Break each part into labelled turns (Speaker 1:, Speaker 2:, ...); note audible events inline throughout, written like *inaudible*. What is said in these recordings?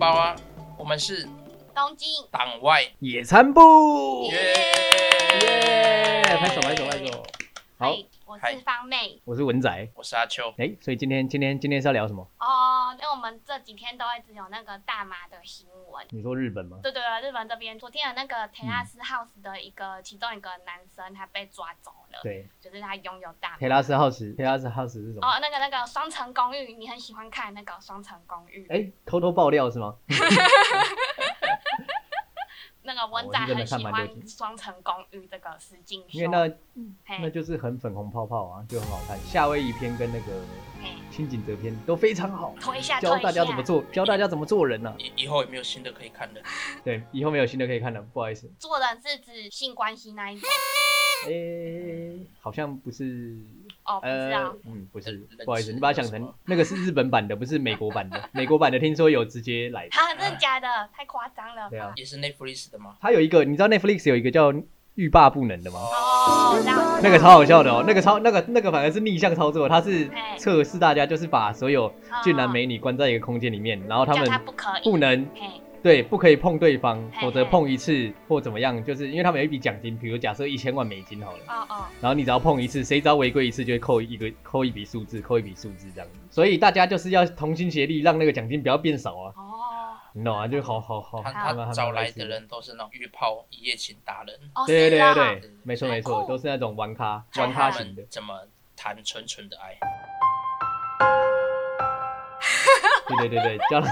Speaker 1: 啊们是
Speaker 2: 东京，
Speaker 1: 党外，
Speaker 3: 野餐部，
Speaker 1: 耶
Speaker 3: 耶！
Speaker 2: 耶
Speaker 3: 拍手拍手拍手。好，
Speaker 2: 嗨，我是方妹
Speaker 3: 我是文仔。
Speaker 1: 我是阿秋，
Speaker 3: 哎，所以今天今天今天是要聊什么？
Speaker 2: 哦。那我们这几天都一直有那个大麻的新闻。
Speaker 3: 你说日本吗？
Speaker 2: 对对对，日本这边昨天有那个 t e r a s House 的一个、其中一个男生，他被抓走了，
Speaker 3: 对
Speaker 2: 就是他拥有大麻。
Speaker 3: ，Terrace House，Terrace House 是什么？
Speaker 2: 哦，那个那个双层公寓，你很喜欢看那个双层公寓，
Speaker 3: 哎，偷偷爆料是吗？
Speaker 2: 那个文仔很喜欢双层公寓这个实境秀，
Speaker 3: 因为那那
Speaker 2: 嘿，
Speaker 3: 哦就是很粉红泡泡啊，就很好看。夏威夷篇跟那个
Speaker 2: 嘿
Speaker 3: 清景泽篇都非常好，
Speaker 2: 推一下
Speaker 3: 教
Speaker 2: 推一
Speaker 3: 大
Speaker 2: 下，
Speaker 3: 家怎么做，教大家怎么做人呢、啊？
Speaker 1: 以以后有没有新的可以看的？
Speaker 3: 对，以后没有新的可以看了，不好意思。
Speaker 2: 做人是指性关系那一种
Speaker 3: 哎、好像不是，
Speaker 2: 哦，不知道。
Speaker 3: 呃，嗯，不是
Speaker 1: 冷，
Speaker 3: 不好意思，
Speaker 1: 冷
Speaker 3: 你把它
Speaker 1: 吃有
Speaker 3: 想
Speaker 1: 什
Speaker 3: 成
Speaker 1: 么
Speaker 3: 那个是日本版的，不是美国版的。美国版的听说有直接来，
Speaker 2: 哈，真的假的？太夸张了
Speaker 3: 对啊
Speaker 2: 吧！
Speaker 1: 也是 Netflix 的吗？
Speaker 3: 它有一个，你知道 Netflix 有一个叫《欲罢不能》的吗？
Speaker 2: 哦，我知道
Speaker 3: 那个超好笑的哦，那个超那个那个反而是逆向操作，它是
Speaker 2: 哎
Speaker 3: 测试大家，就是把所有俊男美
Speaker 2: 女，
Speaker 3: 女关在一个空间里面，然后他
Speaker 2: 哦呃叫
Speaker 3: 们
Speaker 2: 他不可以，
Speaker 3: 不能
Speaker 2: 嘿，
Speaker 3: 对，不可以碰对方，
Speaker 2: 嘿
Speaker 3: 否则碰一次或怎么样，就是因为他们有一笔奖金，比如假设一千万美金好了，
Speaker 2: 哦哦，
Speaker 3: 然后你只要碰一次，谁只要违规一次，就会扣一个扣一笔数字，扣一笔数字这样。所以大家就是要同心协力，让那个奖金不要变少啊，
Speaker 2: 哦，
Speaker 3: 你懂啊？就好好好，
Speaker 1: 他
Speaker 2: 好
Speaker 1: 他找来的，
Speaker 3: 蛮蛮有意思
Speaker 1: 人都是那种约炮一夜情达人，
Speaker 2: 哦，是
Speaker 3: 对对对
Speaker 2: 啊
Speaker 3: 对，
Speaker 1: 是啊
Speaker 3: 没错没
Speaker 2: 好
Speaker 3: 错，
Speaker 2: 酷
Speaker 3: 都是那种玩咖
Speaker 2: 好
Speaker 3: 玩
Speaker 1: 他
Speaker 3: 咖型的
Speaker 1: 们。怎么谈纯纯的爱？
Speaker 3: 对对对对，叫。 *laughs*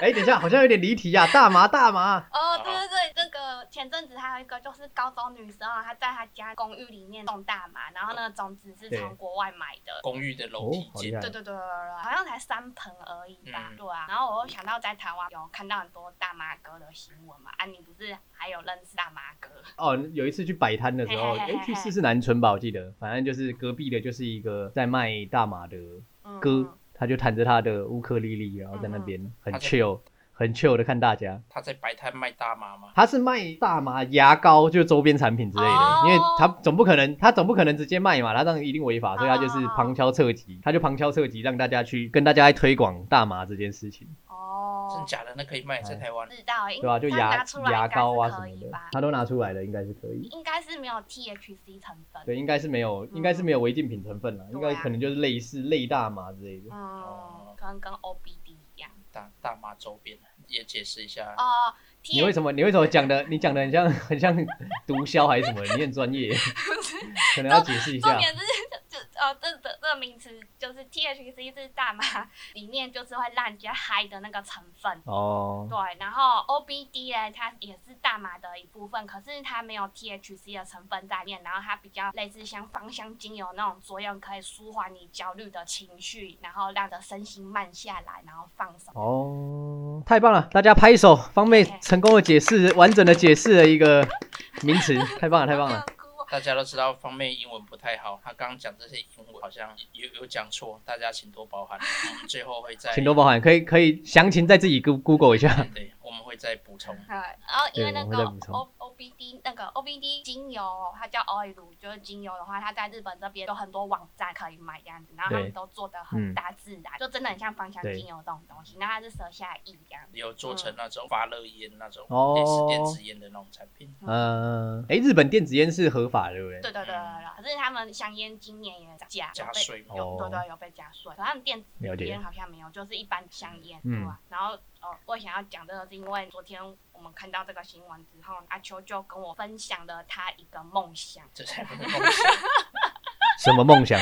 Speaker 3: 哎、等一下，好像有点离题呀、大麻大麻，
Speaker 2: 哦，对对对，那个前阵子还有一个就是高中女生啊，她在她家公寓里面种大麻，然后那个种子是
Speaker 3: 对
Speaker 2: 从国外买的，
Speaker 1: 公寓的楼梯
Speaker 3: 哦好厉
Speaker 1: 间
Speaker 3: 害，
Speaker 2: 对对对对对，好像才三盆而已吧。
Speaker 1: 嗯
Speaker 2: 对啊，然后我又想到在台湾有看到很多大麻哥的新闻嘛，啊，你不是还有认识大麻哥？
Speaker 3: 哦，有一次去摆摊的时候，
Speaker 2: 嘿嘿
Speaker 3: 哎、
Speaker 2: 嘿
Speaker 3: 去
Speaker 2: 嘿
Speaker 3: 四四南村吧，我记得，反正就是隔壁的，就是一个在卖大麻的
Speaker 2: 嗯
Speaker 3: 哥，他就弹着他的乌克丽丽，然后在那边很
Speaker 1: 他在
Speaker 3: chill，很 chill 的看大家。
Speaker 1: 他在摆摊卖大麻吗？
Speaker 3: 他是卖大麻牙膏，就周边产品之类的，
Speaker 2: 哦
Speaker 3: 因为他总不可能，他总不可能直接卖嘛，他这样一定违法，所以他就是
Speaker 2: 哦
Speaker 3: 旁敲侧击，他就旁敲侧击让大家去跟大家来推广大麻这件事情。
Speaker 1: 真
Speaker 2: 哦，
Speaker 1: 假的？那可以卖在台湾？
Speaker 3: 哎
Speaker 2: 知道，应
Speaker 3: 对啊吧、就
Speaker 2: 他
Speaker 3: 牙
Speaker 2: 拿出来
Speaker 3: 牙
Speaker 2: 应该是
Speaker 3: 膏啊什
Speaker 2: 可
Speaker 3: 么
Speaker 2: 以
Speaker 3: 的
Speaker 2: 吧，
Speaker 3: 他都拿出来了，应该是可以。
Speaker 2: 应该是没有 THC 成分。
Speaker 3: 对，应该是没有，应该是没有违禁品成分了，应
Speaker 2: 对
Speaker 3: 该
Speaker 2: 啊
Speaker 3: 可能就是类似类大麻之类的。
Speaker 2: 嗯，可能跟 OBD 一样。
Speaker 1: 大大麻周边也解释一下。
Speaker 2: 哦、
Speaker 3: 你为
Speaker 2: ，T
Speaker 3: 什么你为什么讲的你讲的很像很像毒枭还是什么？你很
Speaker 2: *laughs*
Speaker 3: 专业，可能要解释一
Speaker 2: 重
Speaker 3: 下。
Speaker 2: 点是就呃这这这个名词就是 THC 是大麻里面就是会让人家嗨的那个成分。
Speaker 3: 哦，
Speaker 2: 对，然后 OBD 呢，它也是大麻的一部分，可是它没有 THC 的成分在里面，然后它比较类似像芳香精油那种作用，可以舒缓你焦虑的情绪，然后让你的身心慢下来，然后放松。
Speaker 3: 哦，太棒了！大家拍手，方妹
Speaker 2: 嘿
Speaker 3: 成功的解释完整的解释了一个名
Speaker 2: *laughs*
Speaker 3: 词，太棒了，太棒了！
Speaker 2: 好想哭哦
Speaker 1: 大家都知道方面英文不太好，他刚刚讲这些英文好像有有讲错，大家请多包涵。我们最后会在
Speaker 3: 请多包涵，可以可以详情再自己 Goo- Google 一下。
Speaker 1: 对，我们会再补充。
Speaker 2: 对，然后因为
Speaker 3: 对
Speaker 2: 那
Speaker 3: 我
Speaker 2: 个
Speaker 3: 会再补充
Speaker 2: O O B D 那个 O B D 精油，它叫 oil，就是精油的话，它在日本这边有很多网站可以买这样子，然后他
Speaker 3: 对
Speaker 2: 们都做的很大自然，就真的很像芳香
Speaker 3: 嗯对
Speaker 2: 精油这种东西，然后它是舌下液这样。
Speaker 1: 有做成那种发热烟那种，
Speaker 3: 嗯哦
Speaker 1: 电子电子烟的那种产品。
Speaker 3: 嗯，哎，日本电子烟是合法的，对不对？
Speaker 2: 对对对对对，可是他们香烟今年也涨价，
Speaker 1: 加
Speaker 2: 有被
Speaker 1: 税吗
Speaker 2: 有对
Speaker 3: 哦
Speaker 2: 对有被加税，可他们电子
Speaker 3: 了解
Speaker 2: 烟好像没有，就是一般香烟，
Speaker 3: 嗯
Speaker 2: 对吧？然后哦，我想要讲这个是因为昨天我们看到这个新闻之后，阿秋就跟我分享了他一个梦想
Speaker 1: 这才不是梦想。
Speaker 3: 什么梦想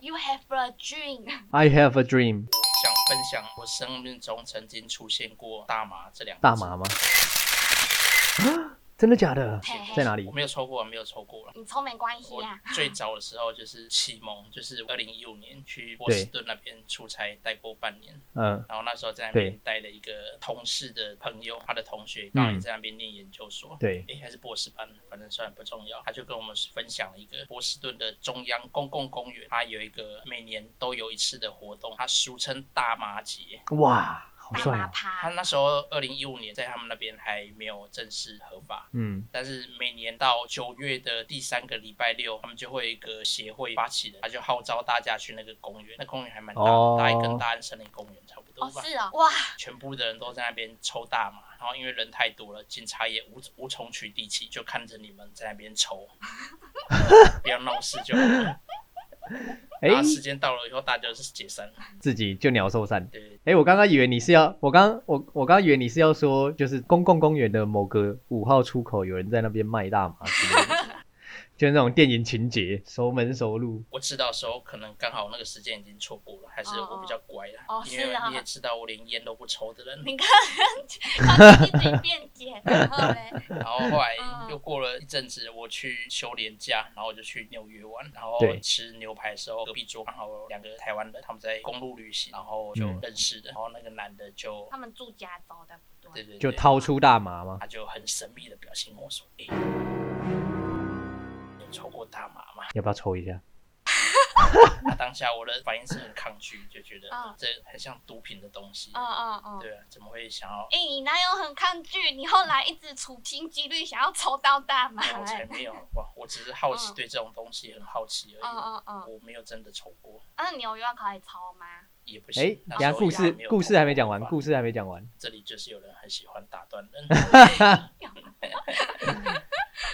Speaker 2: ，You have a dream，
Speaker 3: ？I have a dream。
Speaker 1: 想分享我生命中曾经出现过大麻这两个
Speaker 3: 大
Speaker 1: 字
Speaker 3: 麻吗？ *gasps* 真的假的？
Speaker 2: 嘿嘿
Speaker 3: 在哪里
Speaker 1: 我？没有抽过，没有抽过了。
Speaker 2: 你抽没关系
Speaker 1: 我
Speaker 2: 啊，
Speaker 1: 最早的时候就是启蒙，就是二零一五年去波士顿那边出差待过半年，
Speaker 3: 嗯，
Speaker 1: 然后那时候在那边
Speaker 3: 对
Speaker 1: 带了一个同事的朋友，他的同学刚好
Speaker 3: 嗯
Speaker 1: 也在那边念研究所，
Speaker 3: 对，
Speaker 1: 诶、还是博士班，反正虽然不重要，他就跟我们分享了一个波士顿的中央公共公园，它有一个每年都有一次的活动，它俗称大麻节。
Speaker 3: 哇，好
Speaker 2: 大
Speaker 3: 帅
Speaker 2: 麻
Speaker 3: 啊！
Speaker 1: 他
Speaker 2: 趴，
Speaker 1: 那时候二零一五年在他们那边还没有正式合法，
Speaker 3: 嗯，
Speaker 1: 但是每年到九月的第三个礼拜六，他们就会有一个协会发起人，他就号召大家去那个公园，那公园还蛮大的，
Speaker 3: 哦
Speaker 1: 大概跟大安森林公园差不多
Speaker 2: 哦
Speaker 1: 吧。
Speaker 2: 是哦，哇，
Speaker 1: 全部的人都在那边抽大麻，然后因为人太多了，警察也无无从取缔起，就看着你们在那边
Speaker 2: *laughs*
Speaker 1: 抽，不要闹事就好了。
Speaker 3: 哎、
Speaker 1: 然后时间到了以后，大家就是解散了。
Speaker 3: 自己就鸟兽散。
Speaker 1: 对，
Speaker 3: 哎、我刚刚以为你是要，我刚我我刚刚以为你是要说，就是公共公园的某个五号出口有人在那边卖大麻之类的，就是那种电影情节，熟门熟路。
Speaker 1: 我知道的时候，可能刚好那个时间已经错过了，还是我比较乖啦，
Speaker 2: 哦哦
Speaker 1: 因为
Speaker 2: 是啊
Speaker 1: 你也知道我连烟都不抽的人。
Speaker 2: 你看，他自己辩解，然后嘞，
Speaker 1: 然后后来
Speaker 2: 嗯
Speaker 1: 又过了一阵子，我去休年假，然后我就去纽约玩，然后
Speaker 3: 对
Speaker 1: 吃牛排的时候，隔壁桌刚好有两个台湾人，他们在公路旅行，然后就
Speaker 3: 嗯
Speaker 1: 认识的，然后那个男的就
Speaker 2: 他们住加州的，对不
Speaker 1: 对
Speaker 2: 对，
Speaker 1: 对对，
Speaker 3: 就掏出大麻
Speaker 1: *laughs*
Speaker 3: 吗？
Speaker 1: 他就很神秘的表情跟我说：“哎、有抽过大麻吗
Speaker 3: 要不要抽一下？？”
Speaker 1: 那当下我的反应是很抗拒，就觉得、
Speaker 2: 嗯
Speaker 1: 这很像毒品的东西，
Speaker 2: 嗯嗯嗯。
Speaker 1: 对啊，怎么会想要？
Speaker 2: 哎、你男友很抗拒，你后来一直处心积虑想要抽到大
Speaker 3: 哎
Speaker 2: 麻、
Speaker 1: 我才
Speaker 3: *laughs*
Speaker 2: 欸。
Speaker 1: 没有哇！我只是好奇，
Speaker 2: 嗯
Speaker 1: 对这种东西很好奇而
Speaker 2: 嗯
Speaker 1: 已。
Speaker 2: 嗯嗯，啊
Speaker 1: 我没有真的抽过，
Speaker 2: 那纽约可以抽吗？
Speaker 1: 也不
Speaker 3: 哎、
Speaker 1: 行。那
Speaker 3: 等下
Speaker 1: 时候
Speaker 3: 故
Speaker 1: 也
Speaker 3: 事
Speaker 1: 没有
Speaker 3: 故事还没讲完，
Speaker 1: 头发哦
Speaker 3: 故事还没讲完。
Speaker 1: 这里就是有人很喜欢打断
Speaker 3: *laughs*
Speaker 1: 人。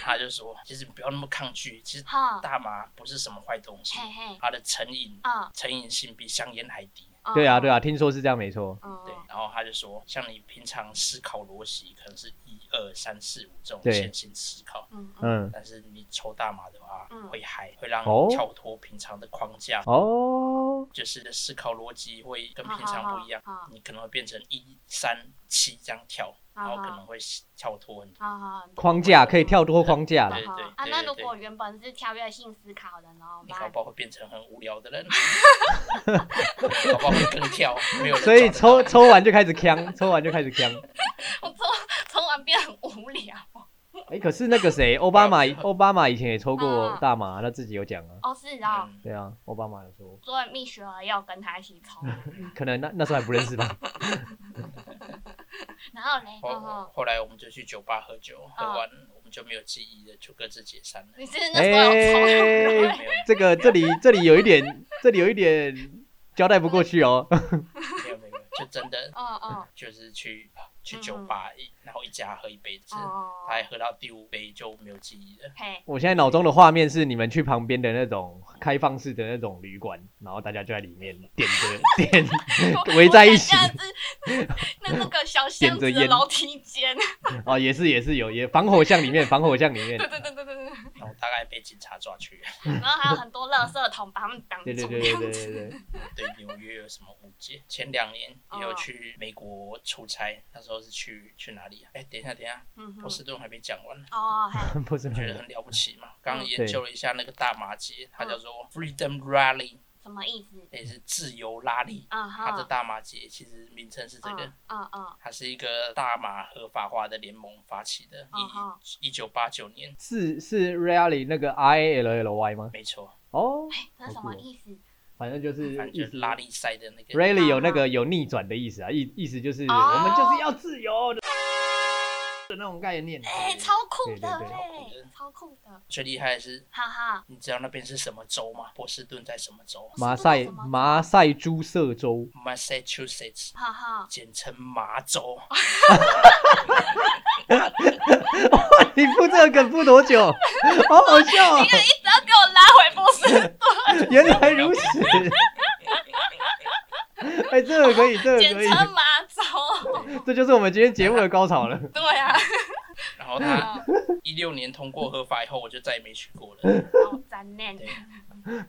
Speaker 1: 他就说：“其实你不要那么抗拒，其实
Speaker 2: 哈，
Speaker 1: 大麻不是什么坏东西
Speaker 2: 嘿，嘿，
Speaker 1: 它的成瘾
Speaker 2: 嗯，
Speaker 1: 成瘾性比香烟还低。”
Speaker 2: 嗯
Speaker 3: 对啊，对，啊，听说是这样，没错。
Speaker 2: 嗯，
Speaker 1: 对，然后他就说，像你平常思考逻辑可能是一二三四五这种
Speaker 3: 对
Speaker 1: 线性思考，
Speaker 2: 嗯嗯，
Speaker 3: 嗯，
Speaker 1: 但是你抽大麻的话，
Speaker 2: 嗯
Speaker 1: 会嗨，会让
Speaker 3: 哦
Speaker 1: 你跳脱平常的框架，
Speaker 3: 哦，
Speaker 1: 就是你的思考逻辑会跟平常不一样，
Speaker 2: 好好好
Speaker 1: 你可能会变成一三七这样跳，然后
Speaker 2: 好好
Speaker 1: 可能会跳脱很多。
Speaker 2: 好好，
Speaker 3: 框
Speaker 1: 哦
Speaker 3: 架可以跳脱框架了
Speaker 1: 对。
Speaker 2: 好好啊，那如果原本是跳跃性思考的呢？
Speaker 1: 你搞
Speaker 2: 妈
Speaker 1: 不好会变成很无聊的
Speaker 2: *laughs*
Speaker 1: 人，你搞不好会更跳，没有人
Speaker 3: 所以
Speaker 1: 抓得到
Speaker 3: 抽
Speaker 1: 嗯
Speaker 3: 抽完就开始呛，抽完就开始呛。
Speaker 2: 我 *laughs* 抽抽完变很无聊。
Speaker 3: 哎、可是那个谁，奥巴
Speaker 1: 不
Speaker 3: 马
Speaker 1: 要，
Speaker 3: 奥巴马以前也抽过
Speaker 2: 啊
Speaker 3: 大麻，他自己有讲啊。
Speaker 2: 哦，是哦，
Speaker 1: 嗯
Speaker 3: 对啊，奥巴马有说，
Speaker 2: 所以蜜雪儿要跟他一起
Speaker 3: *laughs*
Speaker 2: 抽，
Speaker 3: 可能那那时候还不认识吧。
Speaker 2: 然后嘞，
Speaker 1: 后
Speaker 3: 哦
Speaker 2: 嗯嗯，
Speaker 1: 后来我们就去酒吧喝酒，喝完我们就没有记忆了，就各自解散了。
Speaker 2: 嗯你是那时候
Speaker 3: 哎
Speaker 2: 有抽到吗？
Speaker 1: 没有
Speaker 3: 这个这里这里有一点，这里有一点交代不过去哦。 *laughs*
Speaker 1: 没有没有，就真的
Speaker 2: 嗯嗯
Speaker 1: 就是去去酒吧，一然后一家喝一杯，只是
Speaker 2: 哦
Speaker 1: 他，还喝到第五杯就没有记忆了。
Speaker 3: *laughs*
Speaker 2: 嘿，
Speaker 3: 我现在脑中的画面是你们去旁边的那种开放式的那种旅馆，然后大家就在里面点着点围在一起
Speaker 2: 我想象是 *laughs* 那那个小巷子
Speaker 3: 点着
Speaker 2: 的
Speaker 3: 烟
Speaker 2: 楼梯
Speaker 3: *laughs*
Speaker 2: 间，
Speaker 3: 哦，也是也是有也防火巷里面，防火巷里面
Speaker 2: 对，对对对对对，
Speaker 1: 然后大概被警察抓去。
Speaker 2: 然后还有很多垃圾桶把他们挡住
Speaker 3: 对对对
Speaker 2: 那
Speaker 3: 对
Speaker 2: 样
Speaker 3: 对
Speaker 2: 子。
Speaker 3: 对对， *laughs*
Speaker 1: 对纽约有什么误解？前两年也有去美国出差，那时候是去去哪里啊？哎，等一下等一下，
Speaker 2: 嗯
Speaker 3: 哦
Speaker 2: 哼
Speaker 1: 波士顿还没讲完呢。
Speaker 2: 哦，嘿
Speaker 3: 不是
Speaker 1: 我
Speaker 3: 吗
Speaker 1: 觉得很了不起嘛！刚刚研究了一下那个大麻节，它
Speaker 2: 嗯
Speaker 1: 叫做 Freedom Rally，
Speaker 2: 什么意思？
Speaker 1: 也是自由拉力。
Speaker 2: 啊哈，
Speaker 1: 它的大麻节其实名称是这个，
Speaker 2: 嗯嗯
Speaker 1: 它是一个大麻合法化的联盟发起的
Speaker 2: 嗯哼，
Speaker 1: 一一九八九年，
Speaker 3: 是是 rally 那个 I A L L Y 吗？
Speaker 1: 没错，
Speaker 3: 哦，
Speaker 2: 哎，这是什么意思？
Speaker 3: 反正就是
Speaker 1: 反正
Speaker 3: 意
Speaker 1: 就是
Speaker 3: 思
Speaker 1: 拉力赛的那个。
Speaker 3: rally 有那个有逆转的意思啊，意意思就是
Speaker 2: 哦
Speaker 3: 我们就是要自由的的那种概念。啊
Speaker 2: 哎，超酷的
Speaker 3: 对对
Speaker 1: 对
Speaker 2: 嘞，超酷的，
Speaker 1: 最厉害的是，
Speaker 2: 哈哈。
Speaker 1: 你知道那边是什么州吗？波士顿在什么州
Speaker 3: 马赛马赛诸塞州， *laughs*
Speaker 1: ？Massachusetts，
Speaker 2: 哈哈，
Speaker 1: 简称麻
Speaker 2: *laughs*
Speaker 1: 州。
Speaker 3: 你铺这个梗铺多久？ *laughs* 好好笑啊！
Speaker 2: 一哎直要给我拉回波士顿，
Speaker 3: 原来如此。哎，这个可以， *laughs* 这个
Speaker 2: 简
Speaker 3: 可以，
Speaker 2: 称麻州。
Speaker 3: 这就是我们今天节目的高潮了。 *laughs*
Speaker 2: 对啊，
Speaker 1: 然后
Speaker 3: 啊
Speaker 1: 他
Speaker 2: 嗯
Speaker 1: 一六年通过合法以后，我就再也没去过了。
Speaker 2: 好残念。
Speaker 1: 对，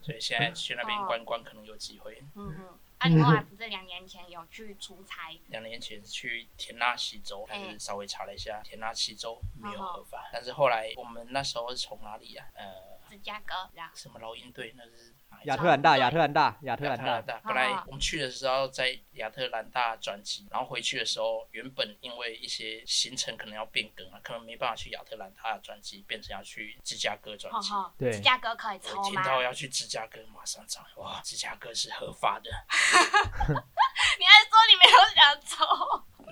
Speaker 1: 所以现在去那边观光可能有机会。
Speaker 2: 嗯嗯，啊，你后来不是两年前有去出差？
Speaker 1: 两年前去田纳西州，还是稍微查了一下，田纳西州没有合法。但是后来我们那时候是从哪里呀、呃，
Speaker 2: 芝加哥，然后
Speaker 1: 什么老鹰队？那是哪一
Speaker 3: 亚
Speaker 1: 州
Speaker 3: 特兰大，亚特兰大，亚特
Speaker 1: 亚
Speaker 3: 兰
Speaker 1: 特兰
Speaker 3: 大，
Speaker 1: 大。本来我们去的时候在亚特兰大转机，然后回去的时候，原本因为一些行程可能要变更啊，可能没办法去亚特兰大转机，变成要去芝加哥转
Speaker 2: 哈
Speaker 1: 机。
Speaker 2: 哈，
Speaker 3: 对
Speaker 2: 哦芝加哥可以抽
Speaker 1: 我一听
Speaker 2: 吗？
Speaker 1: 到要去芝加哥，马上找哇，芝加哥是合法的，
Speaker 2: 你还说你没有想抽。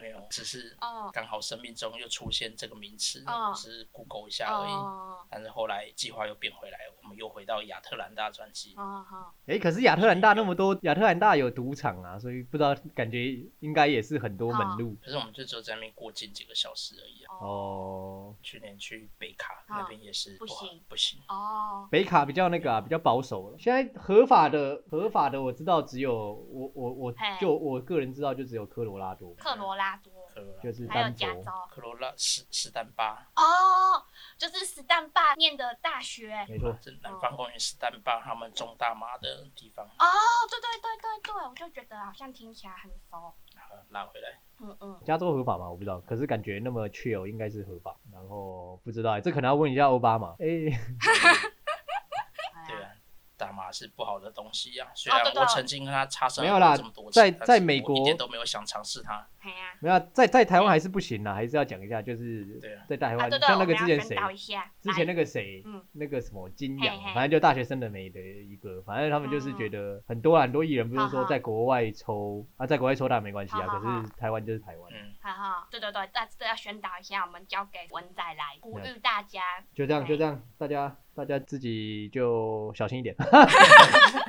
Speaker 1: 没有，只是
Speaker 2: 嗯
Speaker 1: 刚好生命中又出现这个名词，
Speaker 2: 嗯
Speaker 1: 只是 Google 一下而已。
Speaker 2: 哦
Speaker 1: 但是后来计划又变回来，我们又回到亚特兰大专辑。
Speaker 2: 哦哦，
Speaker 3: 哎、可是亚特兰大那么多，亚特兰大有赌场啊，所以不知道，感觉应该也是很多门路
Speaker 1: 可是我们就只有在那边过境几个小时而已啊。
Speaker 3: 哦。
Speaker 1: 去年去北卡、
Speaker 2: 嗯
Speaker 1: 那边也是
Speaker 2: 不
Speaker 1: 哇
Speaker 2: 行
Speaker 1: 不行，
Speaker 2: 哦，
Speaker 3: 北卡比较那个啊，比较保守了。现在合法的合法的我知道只有我我我
Speaker 2: 嘿
Speaker 3: 就我个人知道就只有科罗拉多，
Speaker 2: 科罗拉多，
Speaker 1: 科罗拉
Speaker 3: 就是
Speaker 2: 还有
Speaker 3: 丹
Speaker 2: 加
Speaker 3: 佛。
Speaker 2: 州。
Speaker 1: 科罗拉斯斯坦巴，
Speaker 2: 哦，就是史丹爸念的大学。
Speaker 3: 没错，
Speaker 1: 是啊南方公园斯坦巴他们种大麻的地方。
Speaker 2: 哦，对对对对对，我就觉得好像听起来很熟。
Speaker 1: 好，拉回来，
Speaker 2: 嗯嗯，
Speaker 3: 加州合法吗？我不知道，可是感觉那么 chill 应该是合法。然后不知道欸，这可能要问一下奥巴马。哎、
Speaker 2: 哎呀
Speaker 1: 对啊。大麻是不好的东西啊，虽
Speaker 2: 哦
Speaker 1: 然
Speaker 2: 对对
Speaker 1: 我曾经跟他擦身
Speaker 3: 没有啦
Speaker 1: 而过这么多次，
Speaker 3: 在
Speaker 1: 但
Speaker 3: 在
Speaker 1: 是
Speaker 3: 美
Speaker 1: 我一
Speaker 3: 国
Speaker 1: 点都没有想尝试它。
Speaker 2: 哎呀，
Speaker 3: 没有啊、在在台湾还是不行啊，还是要讲一下，就是
Speaker 1: 对啊
Speaker 3: 在台湾，
Speaker 2: 啊对对，
Speaker 3: 像那
Speaker 2: 我
Speaker 3: 个
Speaker 2: 们
Speaker 3: 之
Speaker 2: 要
Speaker 3: 前
Speaker 2: 宣
Speaker 3: 谁，
Speaker 2: 导一下。
Speaker 3: 之前
Speaker 2: 来
Speaker 3: 那个谁，
Speaker 2: 嗯
Speaker 3: 那个什么金阳
Speaker 2: 嘿嘿，哦
Speaker 3: 反正就大学生的美的一个，反正他们就是觉得很多啊很多艺人不是
Speaker 2: 好
Speaker 3: 说
Speaker 2: 好
Speaker 3: 在国外抽啊，在国外抽当然没关系
Speaker 2: 好
Speaker 3: 啊，
Speaker 2: 好好
Speaker 3: 可是台湾就是台湾，
Speaker 1: 嗯，
Speaker 2: 哈啊哈，对对对，大这要宣导一下，我们交给文仔来鼓励大家。
Speaker 3: 就这样
Speaker 2: 对
Speaker 3: 就这样，大家大家自己就小心一点。 *laughs*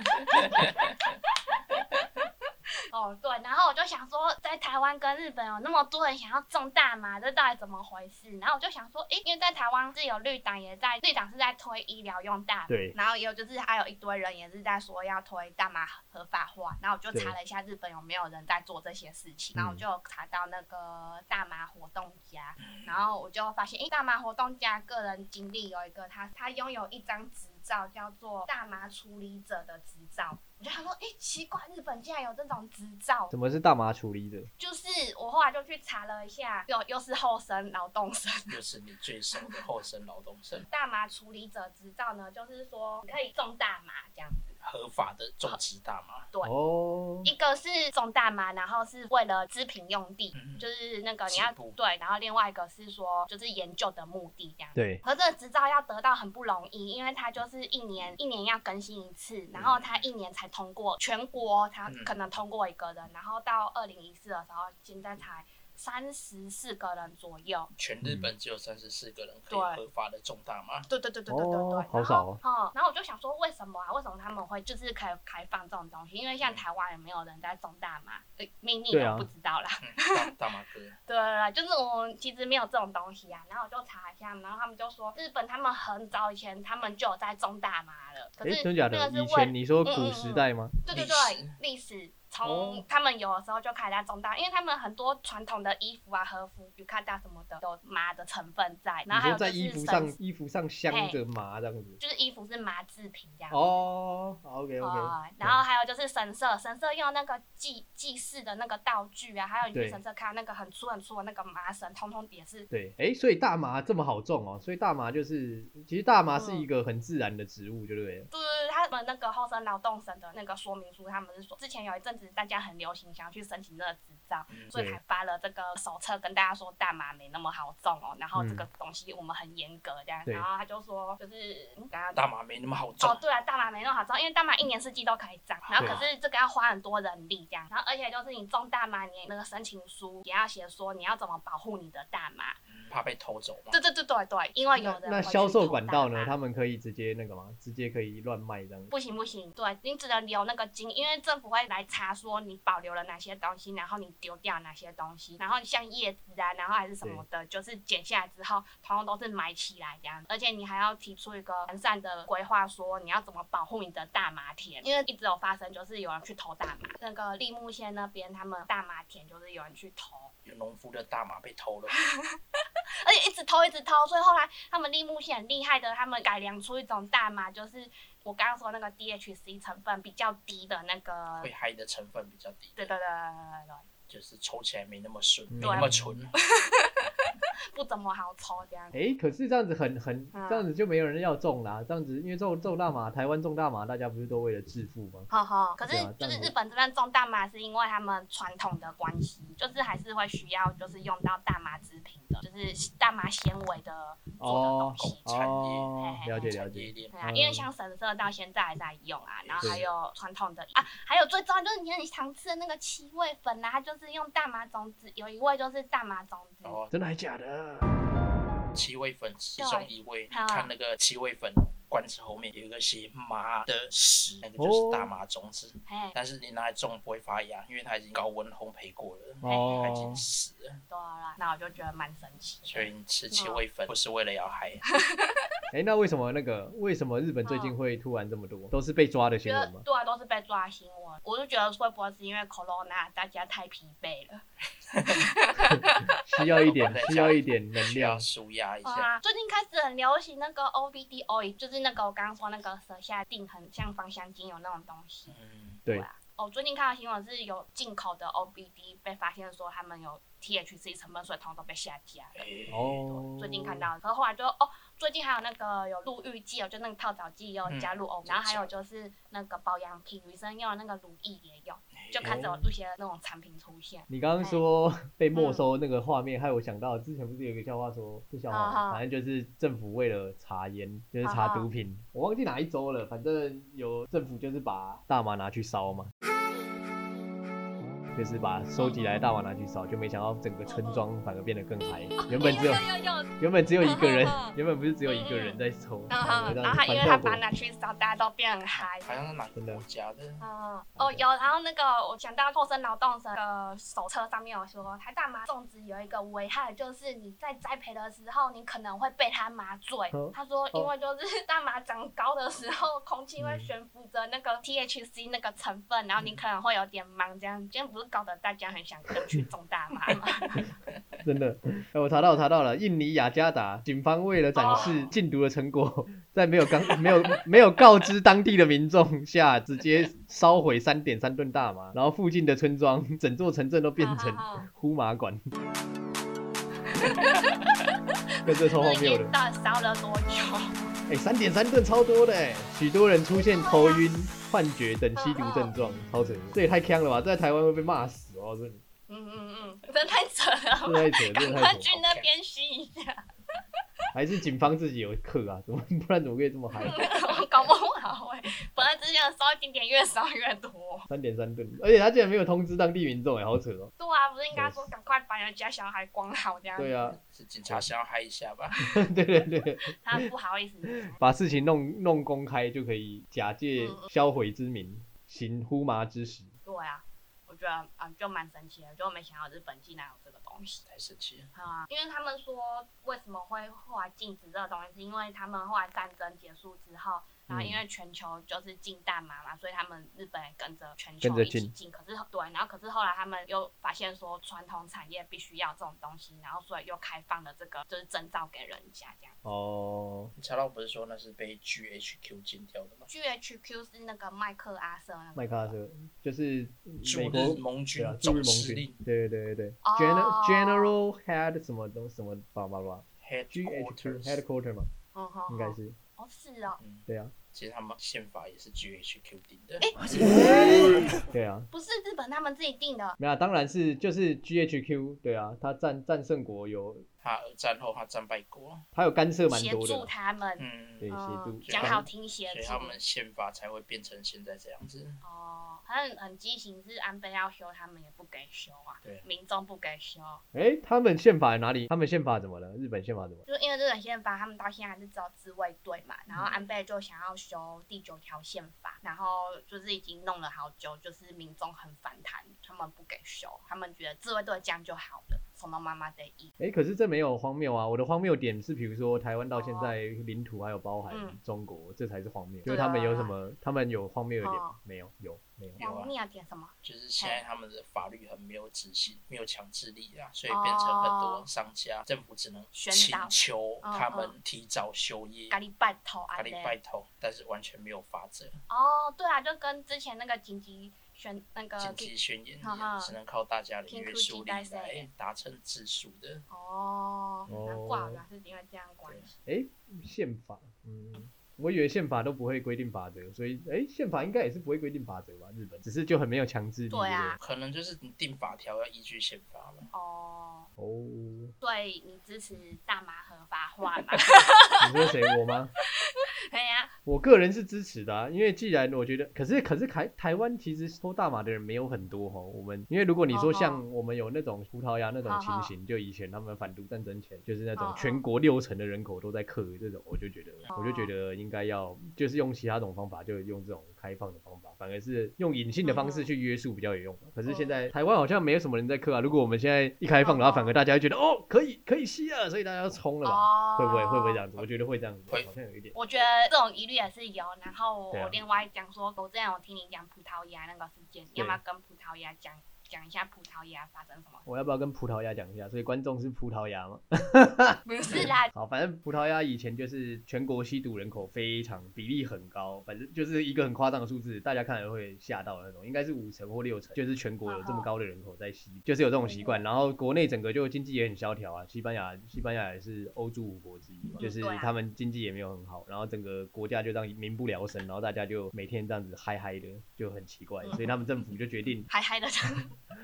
Speaker 2: 哦，对，然后我就想说，在台湾跟日本有那么多人想要种大麻，这到底怎么回事？然后我就想说，诶，因为在台湾是有绿党也在，绿党是在推医疗用大麻，
Speaker 3: 对
Speaker 2: 然后也有就是还有一堆人也是在说要推大麻合法化，然后我就查了一下日本有没有人在做这些事情，
Speaker 3: 嗯
Speaker 2: 然后我就查到那个大麻活动家，然后我就发现，诶，大麻活动家个人经历有一个他他拥有一张执照叫做大麻处理者的执照。我就想说，诶，奇怪，日本竟然有这种执照，
Speaker 3: 怎么是大麻处理者？
Speaker 2: 就是我后来就去查了一下，又又是后生劳动生。
Speaker 1: 又是你最熟的后生劳动生，
Speaker 2: 大麻处理者执照呢，就是说你可以种大麻这样子。
Speaker 1: 合法的种植大麻。
Speaker 2: 对
Speaker 1: 嗯
Speaker 3: 哦，
Speaker 2: 一个是种大麻，然后是为了织品用地，
Speaker 1: 嗯
Speaker 2: 就是那个你要
Speaker 1: 织布
Speaker 2: 对，然后另外一个是说就是研究的目的这样。
Speaker 3: 对，
Speaker 2: 可这个执照要得到很不容易，因为它就是一年一年要更新一次，然
Speaker 3: 嗯
Speaker 2: 后它一年才通过全国，它
Speaker 1: 嗯
Speaker 2: 可能通过一个人，然后到二零一四的时候，现在才三十四个人左右。
Speaker 1: 全日
Speaker 3: 嗯
Speaker 1: 本只有三十四个人可以
Speaker 2: 对
Speaker 1: 合法的种大麻，
Speaker 2: 对对对对对对对，
Speaker 3: 哦
Speaker 2: 然后
Speaker 3: 好少哦
Speaker 2: 嗯然后我就想说，为什么啊？为什么他们会就是开开放这种东西？因为像台湾也没有人在种大麻，呃秘密
Speaker 3: 对
Speaker 2: 我
Speaker 3: 啊
Speaker 2: 不知道啦。
Speaker 1: 嗯大 *laughs* 大麻哥，
Speaker 2: 对对对，就是我们其实没有这种东西啊。然后我就查一下，然后他们就说日本他们很早以前他们就有在种大麻了，可
Speaker 3: 哎，
Speaker 2: 是
Speaker 3: 真假
Speaker 2: 那
Speaker 3: 的？
Speaker 2: 个是
Speaker 3: 以
Speaker 2: 为
Speaker 3: 前你说
Speaker 2: 嗯嗯
Speaker 3: 古
Speaker 2: 嗯
Speaker 3: 时代吗？
Speaker 2: 对对
Speaker 1: 历
Speaker 2: 对
Speaker 1: 史
Speaker 2: 历史。
Speaker 3: 哦
Speaker 2: 从他们有的时候就开始在种大，因为他们很多传统的衣服啊、和服、浴看大什么的，有麻的成分在。然
Speaker 3: 你
Speaker 2: 后还有
Speaker 3: 说
Speaker 2: 就
Speaker 3: 在
Speaker 2: 是
Speaker 3: 衣服
Speaker 2: 绳
Speaker 3: 上
Speaker 2: 子，
Speaker 3: 衣服上镶着麻这样子？
Speaker 2: 就是衣服是麻制品这样子。
Speaker 3: 哦，OK OK，
Speaker 2: 哦，然后还有就是神社，神社用那个祭祭祀的那个道具啊，还有你去
Speaker 3: 对
Speaker 2: 神社看那个很粗很粗的那个麻绳，通通也是
Speaker 3: 对，哎，所以大麻这么好种哦，所以大麻就是，其实大麻是
Speaker 2: 嗯
Speaker 3: 一个很自然的植物，对不对？
Speaker 2: 就是他们那个后生劳动省的那个说明书，他们是说之前有一阵子大家很流行想要去申请这个执照，
Speaker 1: 嗯
Speaker 2: 所以
Speaker 3: 对
Speaker 2: 才发了这个手册跟大家说大麻没那么好种哦，然后这
Speaker 3: 嗯
Speaker 2: 个东西我们很严格这样，
Speaker 3: 对
Speaker 2: 然后他就说就是嗯刚刚
Speaker 1: 大麻没那么好种
Speaker 2: 哦，。对啊，大麻没那么好种，因为大麻一年四季都可以长，
Speaker 3: 啊
Speaker 2: 然后可是这个要花很多人力这样，然后而且就是你种大麻，你那个申请书也要写说你要怎么保护你的大麻。
Speaker 1: 怕被偷走
Speaker 3: 嗯
Speaker 1: 嘛？
Speaker 2: 对对对对对，因为有
Speaker 3: 那
Speaker 2: 人
Speaker 3: 那
Speaker 2: 会去
Speaker 3: 销售
Speaker 2: 偷
Speaker 3: 管
Speaker 2: 大
Speaker 3: 道
Speaker 2: 麻
Speaker 3: 呢？他们可以直接那个吗？直接可以乱卖这样？
Speaker 2: 不行不行，对你只能留那个金，因为政府会来查说你保留了哪些东西，然后你丢掉哪些东西，然后像叶子啊，然后还是什么的，就是剪下来之后，通通都是埋起来这样。而且你还要提出一个完善的规划，说你要怎么保护你的大麻田，因为一直有发生就是有人去偷大麻，那个立木县那边他们大麻田就是有人去偷，
Speaker 1: 有农夫的大麻被偷了，
Speaker 2: 而且一直偷一直偷，所以后来他们立木系很厉害的，他们改良出一种大麻，就是我刚刚说那个 DHC 成分比较低的那个，
Speaker 1: 会
Speaker 3: 啊
Speaker 2: 对
Speaker 1: 嗨的成分比较低，
Speaker 2: 对对对对对
Speaker 1: 就是抽起来没那么顺，
Speaker 3: 嗯
Speaker 1: 没那么纯。
Speaker 2: 对，不怎么好抽这样。
Speaker 3: 哎，可是这样子很很，
Speaker 2: 嗯
Speaker 3: 这样子就没有人要种啦。这样子因为种种大麻，台湾种大麻，大家不是都为了致富吗？
Speaker 2: 哈哈，可是
Speaker 3: 对啊
Speaker 2: 就是
Speaker 3: 但我
Speaker 2: 日本这边种大麻是因为他们传统的关系，就是还是会需要就是用到大麻制品的，就是就是大麻纤维的做的
Speaker 3: 哦
Speaker 2: 东西。
Speaker 1: 产业
Speaker 3: 哦，了解了
Speaker 1: 产业
Speaker 3: 解，
Speaker 1: 链
Speaker 2: 对啊，
Speaker 3: 嗯
Speaker 2: 因为像神社到现在还在用啊，然后
Speaker 3: 对
Speaker 2: 还有传统的啊，还有最重要就是你看你常吃的那个七味粉啊，它就是用大麻种子，有一味就是大麻种子，
Speaker 1: 然后
Speaker 3: 真的还假的？
Speaker 1: 七味粉其中一味，你
Speaker 2: 啊
Speaker 1: 看那个七味粉罐子后面有一个写麻的
Speaker 3: 哦
Speaker 1: 屎，那个就是大麻种子，
Speaker 2: 哎，
Speaker 1: 但是你拿来种不会发芽，因为它已经高温烘焙过了，它已
Speaker 3: 哦
Speaker 1: 经，死了，
Speaker 2: 对啊，那我就觉得蛮神奇的。
Speaker 1: 所以你吃七味
Speaker 2: 哦
Speaker 1: 粉不是为了要嗨，
Speaker 3: 哎，那为什么那个为什么日本最
Speaker 2: 嗯
Speaker 3: 近会突然这么多？都是被抓的新
Speaker 2: 觉得
Speaker 3: 闻吗？
Speaker 2: 对啊，都是被抓新闻，我就觉得会不会是因为 corona 大家太疲惫了？
Speaker 3: 需要
Speaker 2: *laughs*
Speaker 3: 一点
Speaker 1: 我在家
Speaker 3: 需要一点能
Speaker 1: 需要
Speaker 3: 量，
Speaker 1: 舒压一
Speaker 2: 对
Speaker 1: 下。
Speaker 2: 啊，最近开始很流行那个 O B D O E，就是那个我刚刚说那个舌下定很像芳香精油那种东西。
Speaker 1: 嗯，
Speaker 3: 对
Speaker 2: 啊，哦，最近看到新闻是有进口的 O B D 被发现说他们有 T H C 成分，所以通通都被下架了。
Speaker 1: 哎
Speaker 3: 哦，
Speaker 2: 最近看到，可是后来就哦，最近还有那个有入浴剂哦，就那个泡澡剂也有加入哦，
Speaker 1: 嗯
Speaker 2: 然后还有就是那个保养品，女生用的那个乳液也
Speaker 3: 哦
Speaker 2: 有，就开始有一些那种产品出现。
Speaker 3: 你刚刚说 *laughs* 被没
Speaker 2: 嗯
Speaker 3: 收那个画面，害我想到之前不是有一个笑话说，不笑话
Speaker 2: 啊
Speaker 3: 嘛，
Speaker 2: 哈
Speaker 3: 反正就是政府为了查烟，就是
Speaker 2: 啊
Speaker 3: 查
Speaker 2: 哈
Speaker 3: 毒品，我忘记哪一州了，反正有政府就是把大麻拿去烧嘛，就是把收集来的大麻拿去烧，就没想到整个村
Speaker 2: 嗯
Speaker 3: 庄反而变得更嗨，
Speaker 2: 啊
Speaker 3: 原
Speaker 2: *laughs*
Speaker 3: 本只有
Speaker 2: 有有有，
Speaker 3: 原本只有一
Speaker 2: *laughs*
Speaker 3: 个人
Speaker 2: 啊哈，
Speaker 3: 原本不是只有一个人在抽，
Speaker 2: 嗯哼，然后他因为他把它拿去烧，大家都变很嗨。
Speaker 1: 好像是哪个
Speaker 3: 真的
Speaker 1: 国家的？
Speaker 2: 嗯，哦有，然后那个我想到厚生劳动省的手册上面有说，它大麻种植有一个危害，就是你在栽培的时候，你可能会被它麻醉
Speaker 3: 哦。
Speaker 2: 他说，因为就是大麻长高的时候，空气
Speaker 3: 嗯
Speaker 2: 会悬浮着那个 THC 那个成分，然后你可能会有点忙，这样今天不是搞得大家很想跟去种大麻
Speaker 3: *laughs*
Speaker 2: 吗？
Speaker 3: 真的，哎，我查到，我查到了，印尼雅加达警方为了展
Speaker 2: 哦
Speaker 3: 示禁毒的成果，在没有刚没有没有告知当地的民众下，直接烧毁三点三吨大麻，然后附近的村庄、整座城镇都变成
Speaker 2: 好好好
Speaker 3: 呼麻 *laughs* 馆。跟这超荒
Speaker 2: 已
Speaker 3: 谬的
Speaker 2: 经，到底烧了多
Speaker 3: *laughs*
Speaker 2: 久？
Speaker 3: 哎，三点三吨超多的哎，许多人出现头晕、幻觉等吸毒症状，超扯，这也太坑了吧！这在台湾会被骂死哦，真的，
Speaker 2: 嗯嗯嗯，真太扯了
Speaker 3: 这
Speaker 2: 吧。
Speaker 3: 太扯，这
Speaker 2: 赶 *laughs*
Speaker 3: 太
Speaker 2: 快
Speaker 3: 扯。
Speaker 2: 去那边吸一下，
Speaker 3: 还是警方自己有课啊？ *laughs* 怎么不然怎么可以这么嗨？
Speaker 2: *laughs* 搞不好哎、本来只想烧一点点，越烧越多。
Speaker 3: 三点三吨，而且他竟然没有通知当地民众，哎，好扯哦。
Speaker 2: 对啊，不是应该说赶快把人家小孩关好这样？
Speaker 3: 对啊， *laughs*
Speaker 1: 是警察想要嗨一下吧？
Speaker 3: 对对对，
Speaker 2: 他不好意思。
Speaker 3: 把事情弄弄公开就可以假借
Speaker 2: 嗯
Speaker 3: 销毁之名行呼麻之实。
Speaker 2: 对啊，我觉得嗯就蛮神奇的，就没想到日本竟然有这个东西
Speaker 1: 太生气了。
Speaker 2: 啊！因为他们说为什么会后来禁止这个东西，是因为他们后来战争结束之后。然后因为全球就是禁大麻嘛，所以他们日本也跟着全
Speaker 3: 跟
Speaker 2: 球
Speaker 3: 着
Speaker 2: 一起
Speaker 3: 禁
Speaker 2: 禁。可是对，然后可是后来他们又发现说传统产业必须要这种东西，然后所以又开放了这个就是证照给人家这样。
Speaker 3: 哦，
Speaker 1: 你查到不是说那是被 GHQ 禁掉的吗？
Speaker 2: GHQ 是那个麦克阿瑟那个
Speaker 3: 麦克阿瑟就是美
Speaker 1: 驻日
Speaker 3: 国。
Speaker 1: 盟
Speaker 3: 对
Speaker 1: 军
Speaker 3: 啊，驻日
Speaker 1: 总
Speaker 3: 盟
Speaker 1: 司
Speaker 3: 军
Speaker 1: 令，
Speaker 3: 对对对对
Speaker 2: 哦
Speaker 3: ，General General Head 什么东什么叭叭叭啊 g h q
Speaker 1: headquarters。
Speaker 3: Headquarter 嘛，
Speaker 2: 嗯哼，
Speaker 3: 应该是
Speaker 2: 哦，是哦，
Speaker 1: 嗯，
Speaker 3: 对啊，
Speaker 1: 其实他们宪法也是 GHQ 定的。
Speaker 3: 对啊，
Speaker 2: 不是日本他们自己定的，
Speaker 3: 没有啊，当然是就是 GHQ 对啊，他战战胜国有
Speaker 1: 他二战后他战败国，
Speaker 3: 他有干涉蛮
Speaker 2: 协
Speaker 3: 多的
Speaker 2: 助
Speaker 3: 啦，
Speaker 2: 他们，
Speaker 1: 嗯，
Speaker 3: 对，协助
Speaker 2: 嗯，讲好啊听协
Speaker 1: 所以他
Speaker 2: 助。
Speaker 1: 们宪法才会变成现在这样子。
Speaker 2: 哦，很很畸形，是安倍要修，他们也不给修啊
Speaker 1: 对，
Speaker 2: 民众不给修，
Speaker 3: 哎，他们宪法哪里？他们宪法怎么了？日本宪法怎么了？
Speaker 2: 就因为日本宪法，他们到现在还是只有自卫队嘛，然后
Speaker 1: 嗯
Speaker 2: 安倍就想要修第九条宪法，然后就是已经弄了好久，就是民众很反弹，他们不给修，他们觉得自卫队这样就好了，从到妈妈这一
Speaker 3: 哎，可是这没有荒谬啊！我的荒谬点是，比如说台湾到现在领土还有包含
Speaker 2: 嗯
Speaker 3: 中国，这才是荒谬。
Speaker 2: 对
Speaker 3: 就
Speaker 2: 啊
Speaker 3: 是他们有什么？他们有荒谬的点
Speaker 2: 哦
Speaker 3: 吗？没有，有没有？
Speaker 1: 啊
Speaker 2: 然后你要点什么？
Speaker 1: 就是现在他们的法律很没有执行，没有强制力啊，所以变成很多商家、政府只能
Speaker 2: 哦宣
Speaker 1: 请
Speaker 2: 导
Speaker 1: 求
Speaker 2: 嗯
Speaker 1: 他们提早休业，
Speaker 2: 咖喱拜头啊，
Speaker 1: 咖
Speaker 2: 这
Speaker 1: 喱
Speaker 2: 样
Speaker 1: 拜头，但是完全没有法则，
Speaker 2: 哦，对啊，就跟之前那个紧急选那个
Speaker 1: 紧急宣言一
Speaker 2: 呃哈哈
Speaker 1: 样，只能靠大家的
Speaker 2: 紧
Speaker 1: 约
Speaker 2: 急
Speaker 1: 束力
Speaker 2: 大赛
Speaker 1: 来达成自述的。
Speaker 2: 哦，
Speaker 3: 哦
Speaker 1: 哦
Speaker 2: 难怪原来是因为这样关系。
Speaker 3: 哎，宪法，嗯，我以为宪法都不会规定法则，所以哎，宪法应该也是不会规定法则吧？日本只是就很没有强制力。
Speaker 2: 对啊
Speaker 1: 可能就是你定法条要依据宪法吧。
Speaker 2: 哦，
Speaker 3: 对不对。
Speaker 2: 所以你支持大麻合法化
Speaker 3: *laughs*
Speaker 2: 吗？
Speaker 3: 哦，你说谁我吗？
Speaker 2: 对呀、
Speaker 3: 我个人是支持的、啊，因为既然我觉得，可是可是台台湾其实抽大麻的人没有很多哈。我们因为如果你说
Speaker 2: 哦
Speaker 3: 像我们有那种葡萄牙那种情形就以前他们反毒战争前，就是那种
Speaker 2: 哦哦
Speaker 3: 全国六成的人口都在嗑这种，我就觉得
Speaker 2: 哦
Speaker 3: 我就觉得应该要就是用其他种方法，就用这种开放的方法，反而是用隐性的方式
Speaker 2: 嗯
Speaker 3: 去约束比较有用。可是现在台湾好像没有什么人在嗑啊。如果我们现在一开放的
Speaker 2: 哦
Speaker 3: 话，
Speaker 2: 哦哦
Speaker 3: 反而大家会觉得哦可以可以吸啊，所以大家要冲了吧？
Speaker 2: 哦，
Speaker 3: 会不会会不会这？样子？我觉得会这样子，
Speaker 1: 会
Speaker 3: 好像有一点。
Speaker 2: 我觉得这种疑虑也是有，然后我,、
Speaker 3: 对啊
Speaker 2: 我另外讲说，我之前有听你讲葡萄牙那个事件，
Speaker 3: 对
Speaker 2: 要不要跟葡萄牙讲讲一下葡萄牙发生什么？
Speaker 3: 我要不要跟葡萄牙讲一下？所以观众是葡萄牙吗？ *laughs*
Speaker 2: 不是啦，
Speaker 3: 好，反正葡萄牙以前就是全国吸毒人口非常比例很高，反正就是一个很夸张的数字，大家看了会吓到的那种，应该是五成或六成，就是全国有这么高的人口在吸， *laughs* 就是有这种习惯。然后国内整个就经济也很萧条啊，西班牙西班牙也是欧洲五国之一嘛，
Speaker 2: 嗯
Speaker 3: 就是
Speaker 2: 对啊
Speaker 3: 他们经济也没有很好，然后整个国家就这样民不聊生，然后大家就每天这样子嗨嗨的，就很奇怪，
Speaker 2: 嗯
Speaker 3: 所以他们政府就决定
Speaker 2: 嗨嗨的，
Speaker 3: *laughs*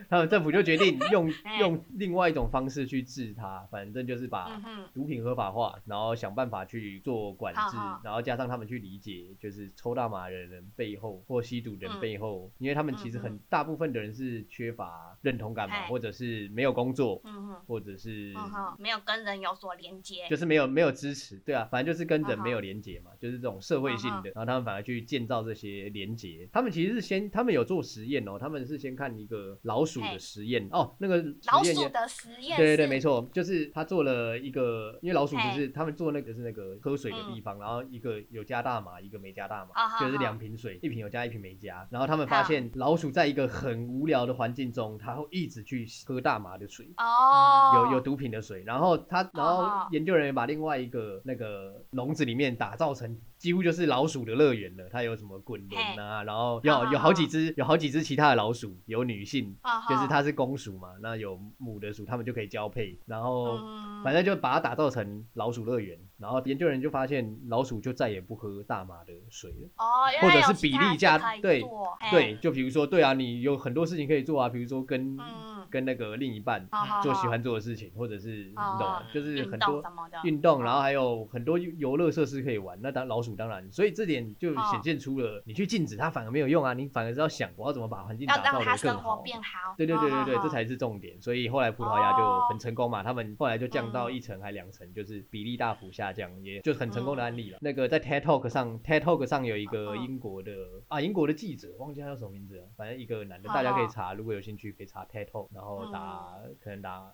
Speaker 3: 他们政府就决定
Speaker 2: *laughs*
Speaker 3: 用
Speaker 2: 哎
Speaker 3: 用另外一种方式去治它，反正就是把
Speaker 2: 嗯哼，
Speaker 3: 毒品合法化，然后想办法去做管制
Speaker 2: 好好，
Speaker 3: 然后加上他们去理解，就是抽大麻的人背后或吸毒的人
Speaker 2: 嗯
Speaker 3: 背后，因为他们其实
Speaker 2: 嗯
Speaker 3: 很
Speaker 2: 嗯
Speaker 3: 大部分的人是缺乏认同感嘛，
Speaker 2: 哎
Speaker 3: 或者是没有工作，
Speaker 2: 嗯哼，
Speaker 3: 或者是
Speaker 2: 嗯哼，没有跟人有所连接，
Speaker 3: 就是没有没有支持，对啊，反正就是跟人
Speaker 2: 嗯哼
Speaker 3: 没有连结嘛，就是这种社会性
Speaker 2: 嗯
Speaker 3: 的，然后他们反而去建造这些连结。他们其实是先，他们有做实验哦，他们是先看一个老鼠的
Speaker 2: 嘿
Speaker 3: 实验哦，那个
Speaker 2: 老
Speaker 3: 实验
Speaker 2: 鼠
Speaker 3: 也。
Speaker 2: 的实验
Speaker 3: 对对对，
Speaker 2: 是
Speaker 3: 没错，就是他做了一个，因为老鼠就是他们做那个是那个喝水的地方，然后一个有加大麻，一个没加大麻，
Speaker 2: 嗯啊哈
Speaker 3: 就是
Speaker 2: 哈
Speaker 3: 两瓶水，一瓶有加，一瓶没加。然后他们发现老鼠在一个很无聊的环境中，它会一直去喝大麻的水，
Speaker 2: 哦，
Speaker 3: 有有毒品的水，然后他，然后
Speaker 2: 哦
Speaker 3: 研究人员把另外一个那个笼子里面打造成几乎就是老鼠的乐园了。它有什么滚轮啊，然后有
Speaker 2: 哦哦
Speaker 3: 有好几只，有好几只其他的老鼠，有女性，
Speaker 2: 哦，
Speaker 3: 就是它是公鼠嘛，那有母的鼠，它们就可以交配，然后
Speaker 2: 嗯，
Speaker 3: 哦反正就把它打造成老鼠乐园。然后研究人员就发现，老鼠就再也不喝大麻的水了。
Speaker 2: 哦，原
Speaker 3: 或
Speaker 2: 来
Speaker 3: 者
Speaker 2: 有
Speaker 3: 是
Speaker 2: 其
Speaker 3: 比
Speaker 2: 他
Speaker 3: 例
Speaker 2: 的
Speaker 3: 价
Speaker 2: 可以
Speaker 3: 对
Speaker 2: 做，哎嘿
Speaker 3: 对，，就比如说，对啊，你有很多事情可以做啊，比如说跟
Speaker 2: 嗯，
Speaker 3: 跟那个另一半
Speaker 2: 好好
Speaker 3: 做喜
Speaker 2: 好
Speaker 3: 欢做的事情，或者是你懂吗
Speaker 2: 哦？
Speaker 3: 就是
Speaker 2: 运
Speaker 3: 很
Speaker 2: 动
Speaker 3: 多
Speaker 2: 什么的，嗯
Speaker 3: 运动，然后还有很多游游乐设施可以玩。那当老鼠当然，所以这点就
Speaker 2: 哦
Speaker 3: 显现出了，你去禁止它反而没有用啊，你反而是要想我要怎么把环境
Speaker 2: 要
Speaker 3: 打造
Speaker 2: 让它
Speaker 3: 的
Speaker 2: 生
Speaker 3: 更
Speaker 2: 活
Speaker 3: 好。
Speaker 2: 变好，
Speaker 3: 对对对对对，
Speaker 2: 哦
Speaker 3: 这才是重点。所以后来葡萄牙就
Speaker 2: 哦
Speaker 3: 很成功嘛，他们后来就降到
Speaker 2: 嗯
Speaker 3: 一层还两层，就是比例大幅下降，也就很成功的案例了。那个在 TED Talk 上，TED Talk 上有一个
Speaker 2: 嗯
Speaker 3: 英国的啊，英国的记者，忘记他叫什么名字了，反正一个男的，
Speaker 2: 好
Speaker 3: 大家可以查，如果有兴趣可以查 TED Talk，然后打
Speaker 2: 嗯
Speaker 3: 可能打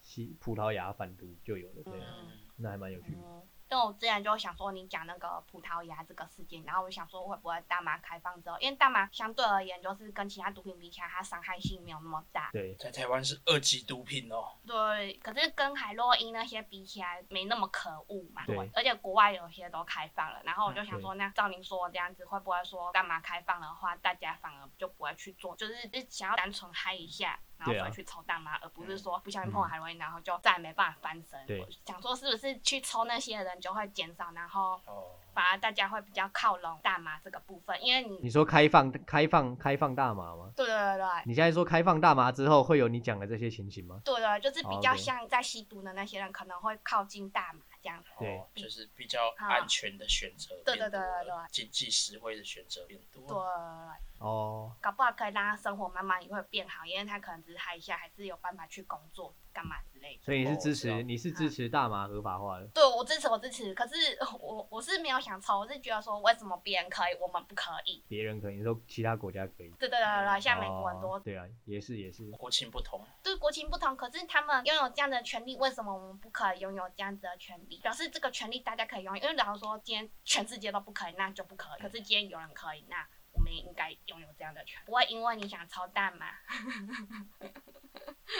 Speaker 3: 西葡萄牙反毒就有了，对啊，
Speaker 2: 嗯
Speaker 3: 那还蛮有趣的。
Speaker 2: 嗯，因为我之前就想说你讲那个葡萄牙这个事件，然后我想说会不会大麻开放之后，因为大麻相对而言就是跟其他毒品比起来，它伤害性没有那么大，
Speaker 3: 对，
Speaker 1: 在台湾是二级毒品哦，
Speaker 2: 对。可是跟海洛因那些比起来，没那么可恶嘛。
Speaker 3: 对
Speaker 2: 而且国外有些都开放了，然后我就想说，那照您说这样子，会不会说大麻开放的话，大家反而就不会去做，就是只想要单纯嗨一下。然后
Speaker 3: 对啊
Speaker 2: 所以去抽大麻，而不是说不小心碰了海洛因，然后就再也没办法翻身。
Speaker 3: 对
Speaker 2: 我想说是不是去抽那些的人就会减少，然后
Speaker 1: 哦，
Speaker 2: 反而大家会比较靠拢大麻这个部分，因为你
Speaker 3: 你说开放开放开放大麻吗？
Speaker 2: 对对对对
Speaker 3: 你现在说开放大麻之后会有你讲的这些情形吗？
Speaker 2: 对对，就是比
Speaker 3: 好
Speaker 2: 较
Speaker 3: ，OK
Speaker 2: 像在吸毒的那些人可能会靠近大麻这样。
Speaker 3: 对
Speaker 1: 哦，就是比较安全的选择
Speaker 2: 嗯对
Speaker 1: 变多了，
Speaker 2: 对对对对
Speaker 1: 经济实惠的选择变多
Speaker 2: 对对
Speaker 1: 了，
Speaker 2: 对，
Speaker 3: 哦，
Speaker 2: 搞不好可以让他生活慢慢也会变好，因为他可能只是嗨一下，还是有办法去工作干嘛之类的。
Speaker 3: 所以你是
Speaker 1: 哦
Speaker 3: 支
Speaker 1: 是啊
Speaker 3: 持你是
Speaker 2: 嗯
Speaker 3: 支持大麻合法化的？
Speaker 2: 对，我支持，我支持。可是我我是没有想抽，我是觉得说，为什么别人可以，我们不可以？
Speaker 3: 别人可以，你说其他国家可以。
Speaker 2: 对对对对，像美国很多
Speaker 3: 哦，对啊，也是也是，
Speaker 1: 国情不同，
Speaker 2: 就是国情不同，可是他们拥有这样的权利，为什么我们不可以拥有这样子的权利？表示这个权利大家可以拥有，因为假如说今天全世界都不可以，那就不可以。可是今天有人可以，那我们也应该拥有这样的权，不会因为你想抽大麻，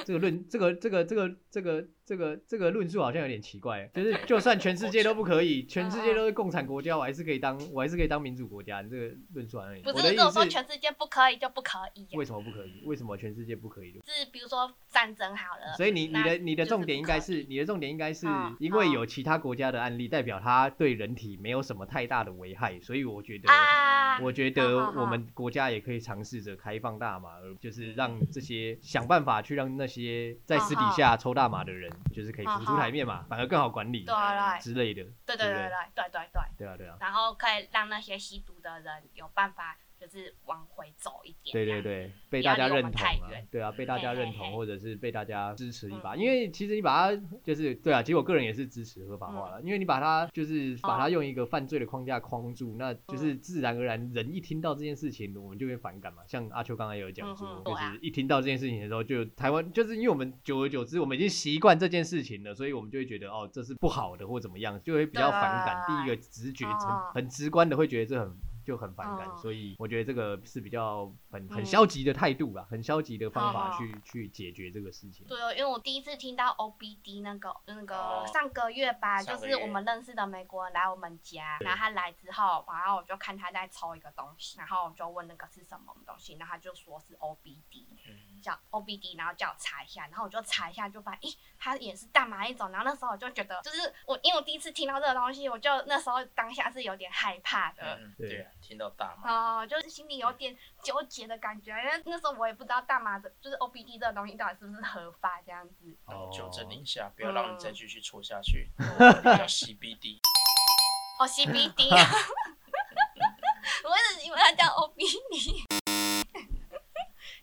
Speaker 3: 这个论这个这个这个这个这个这个论述好像有点奇怪，就是就算全世界都不可以，全世界都是共产国家，我还是可以当我还是可以当民主国家。你这个论述好像有点
Speaker 2: 不
Speaker 3: 我的
Speaker 2: 是，如
Speaker 3: 意
Speaker 2: 果说
Speaker 3: 思是
Speaker 2: 全世界不可以就不可以啊、
Speaker 3: 为什么不可以？为什么全世界不可以？
Speaker 2: 是比如说战争好了，
Speaker 3: 所以你你
Speaker 2: 那
Speaker 3: 的你的
Speaker 2: 就是
Speaker 3: 重
Speaker 2: 不
Speaker 3: 点应该
Speaker 2: 可
Speaker 3: 是
Speaker 2: 以
Speaker 3: 你的重点应该是
Speaker 2: 嗯
Speaker 3: 因为
Speaker 2: 嗯
Speaker 3: 有其他国家的案例，代表它对人体没有什么太大的危害，所以我觉得
Speaker 2: 啊，
Speaker 3: 呃我觉
Speaker 2: 好
Speaker 3: 得
Speaker 2: 好嗯
Speaker 3: 我
Speaker 2: 好
Speaker 3: 们国家也可以尝试着开放大麻，而就是让这些想办法去让那些在私底
Speaker 2: 哦好好
Speaker 3: 下抽大麻的人，就是可以
Speaker 2: 好
Speaker 3: 浮出
Speaker 2: 好
Speaker 3: 台面嘛，反而更好管理
Speaker 2: 对啊
Speaker 3: 之类的。
Speaker 2: 对对对
Speaker 3: 对
Speaker 2: 对对对对对，
Speaker 3: 对啊，对啊，
Speaker 2: 然后可以让那些吸毒的人有办法，就是往回走一点。
Speaker 3: 对对
Speaker 2: 这样，
Speaker 3: 对，被
Speaker 2: 不
Speaker 3: 大
Speaker 2: 要
Speaker 3: 家
Speaker 2: 离我
Speaker 3: 认
Speaker 2: 们
Speaker 3: 同
Speaker 2: 太
Speaker 3: 啊
Speaker 2: 远，
Speaker 3: 对啊，被大家
Speaker 2: 嘿
Speaker 3: 认
Speaker 2: 嘿
Speaker 3: 同
Speaker 2: 嘿
Speaker 3: 或者是被大家支持一把，
Speaker 2: 嗯
Speaker 3: 因为其实你把它就是对啊，其实我个人也是支持合法化了，因为你把它就是把
Speaker 2: 嗯
Speaker 3: 它
Speaker 2: 哦嗯
Speaker 3: 用一个犯罪的框架框住，那就是自然而然人一听到这件事情，我们就会反感嘛。像阿秋刚才有讲
Speaker 2: 嗯
Speaker 3: 说，
Speaker 2: 哼
Speaker 3: 就
Speaker 2: 对啊
Speaker 3: 是一听到这件事情的时候，就台湾就是因为我们久而久之，我们已经习惯这件事情了，所以我们就会觉得哦，这是不好的或怎么样，就会比较反感。第一个直觉
Speaker 2: 哦
Speaker 3: 很很直观的会觉得这很就很反感，
Speaker 2: 哦
Speaker 3: 所以我觉得这个是比较很很
Speaker 2: 嗯
Speaker 3: 消极的态度吧，很消极的方法
Speaker 2: 哦
Speaker 3: 去、去解决这个事情。
Speaker 2: 对哦，因为我第一次听到 OBD 那个那个
Speaker 1: 哦
Speaker 2: 上个月吧，就
Speaker 1: 上个
Speaker 2: 是
Speaker 1: 月
Speaker 2: 我们认识的美国人来我们家，然后他来之后，然后我就看他在抽一个东西，然后我就问那个是什么东西，然后他就说是 OBD，
Speaker 1: 嗯，
Speaker 2: 叫 OBD，然后叫我查一下，然后我就查一下，就发现，诶，它也是大麻一种。然后那时候我就觉得，就是我因为我第一次听到这个东西，我就那时候当下是有点害怕的，
Speaker 1: 嗯
Speaker 3: 对
Speaker 1: 对啊，听到大麻，
Speaker 2: 哦，就是心里有点纠结的感觉。因为那时候我也不知道大麻的，就是 OBD 这个东西到底是不是合法这样子。
Speaker 1: 然后纠正你
Speaker 3: 哦
Speaker 1: 一下，不要让你再
Speaker 2: 嗯
Speaker 1: 继续错下去，叫 CBD。
Speaker 2: 哦，CBD，啊 *laughs* 我一直以为它叫 OBD。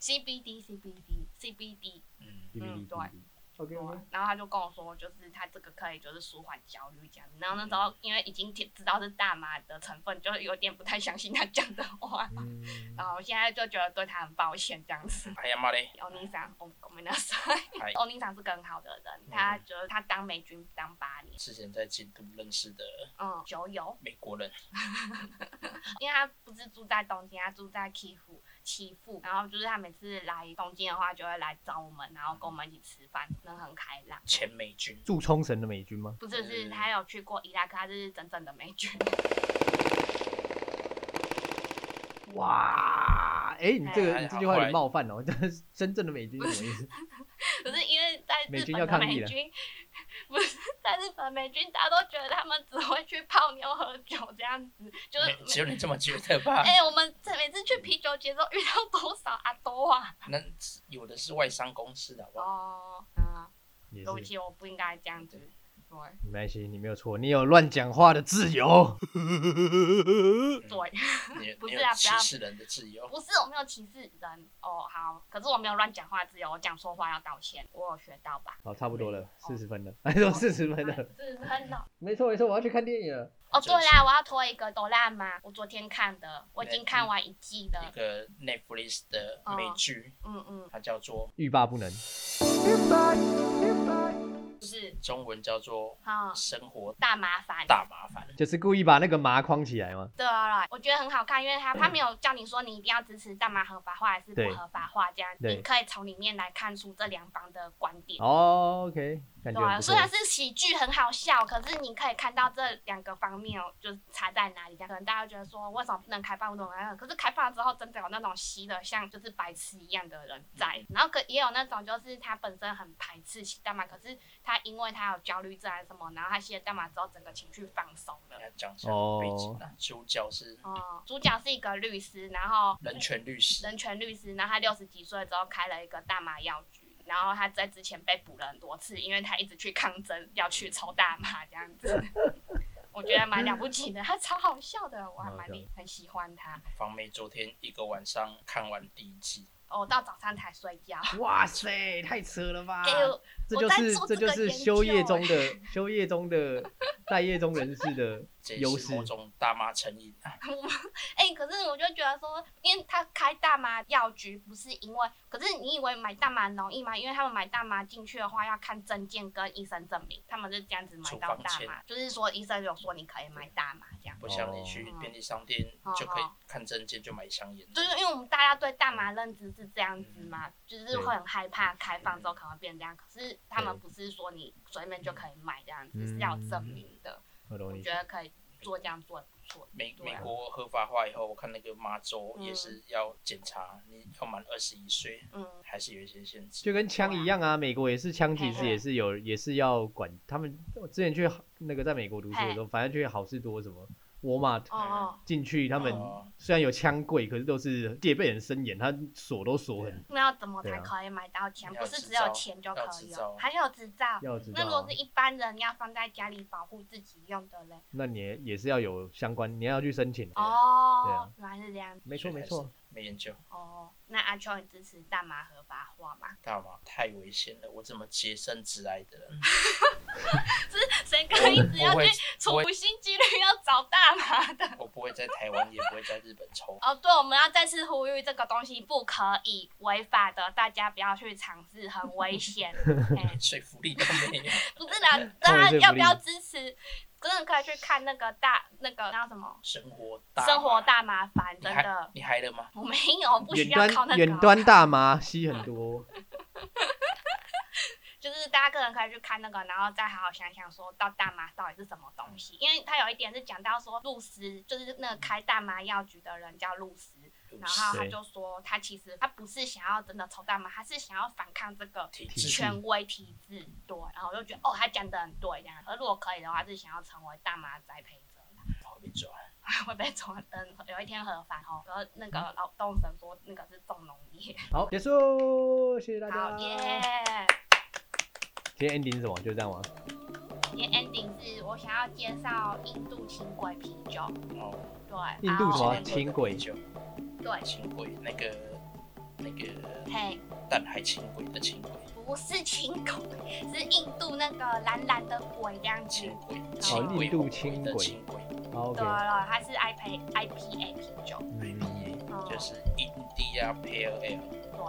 Speaker 2: CBD CBD CBD，
Speaker 1: 嗯，
Speaker 3: 嗯
Speaker 2: 嗯对。
Speaker 3: OK
Speaker 2: 对
Speaker 3: OK，
Speaker 2: 然后他就跟我说，就是他这个可以就是舒缓焦虑这样。然后那时候因为已经知道是大麻的成分，就有点不太相信他讲的话。
Speaker 3: 嗯，
Speaker 2: 然后我现在就觉得对他很抱歉这样子。
Speaker 1: 哎呀妈嘞，
Speaker 2: 欧尼桑，我我们那时
Speaker 1: 嗨
Speaker 2: 欧尼桑是更好的人，他就是他当美军当八年，
Speaker 1: 之前在京都认识的
Speaker 2: 嗯，酒友，
Speaker 1: 美国人，
Speaker 2: 因为他不是住在东京，他住在基辅。欺负，然后就是他每次来东京的话，就会来找我们，然后跟我们一起吃饭，人很开朗。
Speaker 1: 前美军。
Speaker 3: 驻冲绳的美军吗？
Speaker 2: 不是，是
Speaker 1: 嗯
Speaker 2: 他有去过伊拉克，他是真正的美军。
Speaker 3: 哇，哎、你这个、
Speaker 1: 哎
Speaker 3: 你这句话有点冒犯哦，这是真正的美军是什么意思？
Speaker 2: 可是因为在
Speaker 3: 美
Speaker 2: 日
Speaker 3: 军
Speaker 2: 本
Speaker 3: 要
Speaker 2: 的
Speaker 3: 抗议
Speaker 2: 美
Speaker 3: 了
Speaker 2: 军， *laughs* 不是在日本美军，大家都觉得他们只会去泡妞喝酒这样子，就是
Speaker 1: 没只有你这么觉得吧？
Speaker 2: 哎、我们这每次去啤酒节都遇到多少阿多啊？
Speaker 1: 那有的是外商公司的，好不好？
Speaker 2: 哦，嗯，
Speaker 3: 也
Speaker 2: 对不
Speaker 3: 是
Speaker 2: 起，我不应该这样子。对
Speaker 3: 没关系，你没有错，你有乱讲话的自由。
Speaker 2: 对，
Speaker 1: 你
Speaker 2: 不
Speaker 1: 你
Speaker 2: 是
Speaker 1: 有
Speaker 2: 啊
Speaker 1: 歧
Speaker 2: 不要
Speaker 1: 视人的自由。
Speaker 2: 不是我没有歧视人哦，好，可是我没有乱讲话自由，我讲错话要道歉，我有学到吧？
Speaker 3: 好，差不多了，四十分了，还有四十分了。
Speaker 2: *laughs* 是很的。
Speaker 3: 没错没错，我要去看电影了。
Speaker 2: 哦，对
Speaker 1: 真是
Speaker 2: 啦，我要拖一个《哆啦吗？我昨天看的，我已经看完一季
Speaker 1: 一
Speaker 2: 了。
Speaker 1: 个 Netflix 的美剧，
Speaker 2: 嗯嗯，
Speaker 1: 它叫做
Speaker 3: 欲罢不能。
Speaker 2: 就是
Speaker 1: 中文叫做
Speaker 2: 哈、
Speaker 1: 《生活
Speaker 2: 大麻烦。
Speaker 1: 大麻烦》。
Speaker 3: 就是故意把那个麻框起来吗？
Speaker 2: 对啊，我觉得很好看，因为
Speaker 3: 嗯
Speaker 2: 他他没有叫你说你一定要支持大麻合法化还是不
Speaker 3: 对
Speaker 2: 合法化这样，
Speaker 3: 对
Speaker 2: 你可以从里面来看出这两方的观点。
Speaker 3: 哦、o k 感觉
Speaker 2: 对
Speaker 3: 很
Speaker 2: 啊，
Speaker 3: 不错
Speaker 2: 虽。然是喜剧很好笑，可是你可以看到这两个方面哦，就是差在哪里。这样可能大家觉得说为什么不能开放，为什么不能开放？可是开放了之后，真的有那种吸的像就是白痴一样的人
Speaker 3: 嗯
Speaker 2: 在，然后可也有那种就是他本身很排斥吸大麻，可是他因为他有焦虑症还是什么，然后他吸了大麻之后，整个情绪放松了。
Speaker 1: 要讲一下
Speaker 3: 哦
Speaker 1: 背景啊，主角是
Speaker 2: 哦，主角是一个律师，然后
Speaker 1: 人权律师，
Speaker 2: 人权律师，然后他六十几岁之后开了一个大麻药局，然后他在之前被捕了很多次，因为他一直去抗争，要去抽大麻这样子。 *laughs* 我觉得蛮了不起的，他超好笑的，我还蛮
Speaker 3: 蛮好笑
Speaker 2: 很喜欢他。
Speaker 1: 房妹昨天一个晚上看完第一季，
Speaker 2: 哦，到早上才睡觉。
Speaker 3: 哇塞，太扯了吧
Speaker 2: 给我
Speaker 3: 这
Speaker 2: 哎我
Speaker 3: 就
Speaker 2: 在
Speaker 3: 是
Speaker 2: 做
Speaker 3: 这
Speaker 2: 这
Speaker 3: 就
Speaker 2: 个
Speaker 3: 是
Speaker 2: 研欸
Speaker 3: 修业
Speaker 2: 究 *laughs*
Speaker 3: 中的修业中的待业中人士的
Speaker 1: 这
Speaker 3: 优
Speaker 1: 也
Speaker 3: 势
Speaker 1: 是某种大麻成瘾啊。
Speaker 2: 哎、可是我就觉得说，因为他开大麻药局不是因为，可是你以为买大麻很容易吗？因为他们买大麻进去的话，要看证件跟医生证明，他们是这样子买
Speaker 1: 处
Speaker 2: 到
Speaker 1: 方
Speaker 2: 大
Speaker 1: 签
Speaker 2: 麻，就是说医生有说你可以买大麻这样。
Speaker 1: 不像你去
Speaker 2: 哦
Speaker 1: 便利商店
Speaker 2: 哦
Speaker 1: 就可以
Speaker 2: 哦
Speaker 1: 看证件就买一箱烟，
Speaker 2: 就是因为我们大家对大麻认知是这样子嘛，就是会很害怕开放之后可能会变这样。可是他们不是说你随便就可以买这样子，
Speaker 3: 嗯
Speaker 2: 是要有证明的。
Speaker 3: 我
Speaker 2: 我
Speaker 3: 懂你
Speaker 2: 觉。得可以做这样做得不错。
Speaker 1: 美
Speaker 2: 对
Speaker 1: 美
Speaker 2: 啊
Speaker 1: 国合法化以后，我看那个麻州
Speaker 2: 嗯
Speaker 1: 也是要检查，你要满二十一岁，
Speaker 2: 嗯，
Speaker 1: 还是有一些限制。
Speaker 3: 就跟枪一样啊，美国也是枪，其实
Speaker 2: 嘿嘿
Speaker 3: 也是有，也是要管。他们我之前去好那个在美国读书的时候，反正去好事多什么沃尔玛
Speaker 2: 哦哦，
Speaker 3: 进去，他们
Speaker 1: 哦
Speaker 3: 虽然有枪柜，可是都是戒备很森严，他锁都锁很
Speaker 2: 那要怎么
Speaker 3: 对
Speaker 2: 才
Speaker 3: 啊
Speaker 2: 可以买到钱？
Speaker 1: 要有
Speaker 2: 不是
Speaker 1: 执
Speaker 2: 只有
Speaker 1: 照
Speaker 2: 钱就
Speaker 1: 要
Speaker 2: 可
Speaker 1: 执
Speaker 2: 以
Speaker 1: 照
Speaker 2: 哦，还有执照。
Speaker 3: 要知
Speaker 2: 那如
Speaker 3: 道
Speaker 2: 果
Speaker 3: 啊
Speaker 2: 是。一般人要放在家里保护自己用的嘞？
Speaker 3: 那你也也是要有相关，你要去申请。
Speaker 1: 对啊
Speaker 2: 哦，原来是这样子。
Speaker 3: 没错没错，，
Speaker 1: 没研究
Speaker 2: 哦，那阿秋，你支持大麻合法化吗？ *laughs*
Speaker 1: 大麻太危险了，我这么洁身自爱的人， *laughs*
Speaker 2: 谁敢一直
Speaker 1: 我
Speaker 2: 要
Speaker 1: 我会
Speaker 2: 去处心积虑要找大麻的？。
Speaker 1: 我不会在台湾，也不会在日本抽
Speaker 2: 哦，对，我们要再次呼吁，这个东西不可以违法的，大家不要去尝试，很危
Speaker 3: *laughs*
Speaker 2: 险。嘿
Speaker 1: 说服力都没有，
Speaker 2: 不是啦，
Speaker 3: 他
Speaker 2: 大
Speaker 3: 们
Speaker 2: 家
Speaker 3: 是
Speaker 2: 要
Speaker 3: 不
Speaker 2: 不
Speaker 3: 利
Speaker 2: 要支持？真的可以去看那个大那个叫什么
Speaker 1: 生活大
Speaker 2: 《
Speaker 1: 麻
Speaker 2: 生活，大麻烦》，
Speaker 1: 你
Speaker 2: 真
Speaker 1: 嗨
Speaker 2: 的， *laughs*
Speaker 1: 你嗨了吗？
Speaker 2: 我没有不需
Speaker 3: 远
Speaker 2: 要靠那
Speaker 3: 端
Speaker 2: 个
Speaker 3: 远，端大麻 *laughs* 吸很多，
Speaker 2: *laughs* 就是大家个人可以去看那个，然后再好好想想说到大麻到底是什么东
Speaker 3: 嗯
Speaker 2: 西。因为他有一点是讲到说露丝，就是那个开大麻药局的人叫露丝，
Speaker 3: 嗯
Speaker 2: 然后他
Speaker 3: 对
Speaker 2: 就说，他其实他不是想要真的抽大麻，他是想要反抗这个
Speaker 1: 体
Speaker 3: 制
Speaker 1: 质
Speaker 2: 权威体制。对，然后我就觉得哦，他讲的很对，这样。而如果可以的话，是想要成为大麻栽培者， *laughs*
Speaker 1: 好被抓，
Speaker 2: 会被抓等有一天合法哦。然后那
Speaker 3: 嗯
Speaker 2: 个劳动神说那个是重农业，
Speaker 3: 好，结束，谢谢大
Speaker 2: 好
Speaker 3: 家。
Speaker 2: 耶。
Speaker 3: 今天 ending 是什么？就这样吗？
Speaker 2: 今天 ending 是我想要介绍印度轻轨啤酒，
Speaker 1: 哦，
Speaker 2: 对，啊
Speaker 3: 印度什么
Speaker 2: 然后
Speaker 3: 轻轨
Speaker 1: 酒，
Speaker 2: 对，
Speaker 1: 轻轨那个那个
Speaker 2: 嘿，
Speaker 1: 淡海轻轨的轻轨，
Speaker 2: 不是轻轨，是印度那个蓝蓝的鬼这样子
Speaker 1: 轻。轨，轻轨，
Speaker 3: 哦印度轻轨
Speaker 1: 的轻轨
Speaker 3: 好，OK
Speaker 2: 对。了，它是 IPA IPA 啤酒，
Speaker 3: 嗯，
Speaker 1: ，IPA
Speaker 2: 嗯
Speaker 1: 就是 India Pale Ale，
Speaker 2: 对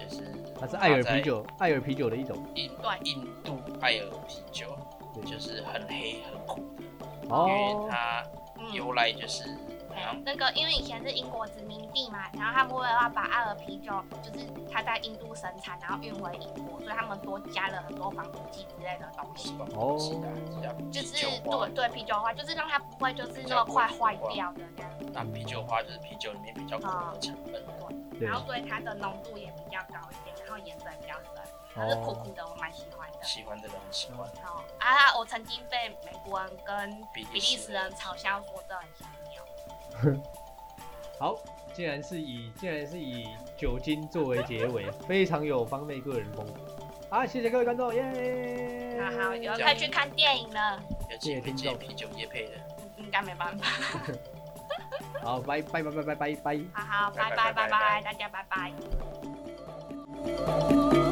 Speaker 1: 就是
Speaker 3: 嗯它是爱尔啤酒，爱尔啤酒的一种。
Speaker 1: 印
Speaker 2: 对
Speaker 1: 印度爱尔啤酒，
Speaker 3: 对
Speaker 1: 就是很黑很苦的，因
Speaker 3: 哦
Speaker 1: 为，它
Speaker 2: 嗯，
Speaker 1: 由来就是好
Speaker 2: 那个因为以前是英国殖民地嘛，然后他们为了要把爱尔啤酒，就是它在印度生产，然后运回英国，所以他们多加了很多防腐剂之类的东
Speaker 1: 是
Speaker 2: 西，
Speaker 1: 吧？
Speaker 3: 哦
Speaker 1: 是的，叫
Speaker 2: 就
Speaker 1: 啤
Speaker 2: 是
Speaker 1: 酒花
Speaker 2: 对。对啤酒花，就是让它不会就是那么快坏掉的这样子，
Speaker 1: 那啤酒花就是啤酒里面比较苦的
Speaker 3: 嗯
Speaker 1: 成分。
Speaker 3: 对
Speaker 2: 然，后所以它的浓度也比较高一点，然后颜色也比较深，它是苦
Speaker 3: 哦，
Speaker 2: 苦的，我蛮喜欢的。
Speaker 1: 喜欢的人很喜欢，
Speaker 3: 嗯
Speaker 2: 好啊，我曾经被美国人跟
Speaker 1: 比利
Speaker 2: 比利
Speaker 1: 时
Speaker 2: 时人嘲笑说这很像鸟。
Speaker 3: 好，竟然是以竟然是以酒精作为结尾，非常有方妹个人风。好，谢谢各位观众，耶。嗯
Speaker 2: 那好，有人可以去看电影了，
Speaker 1: 有机会接啤酒业配的，
Speaker 2: 嗯应该没办法。
Speaker 3: 好，拜拜拜拜拜拜拜。
Speaker 2: 好好，拜拜拜拜，大家拜拜。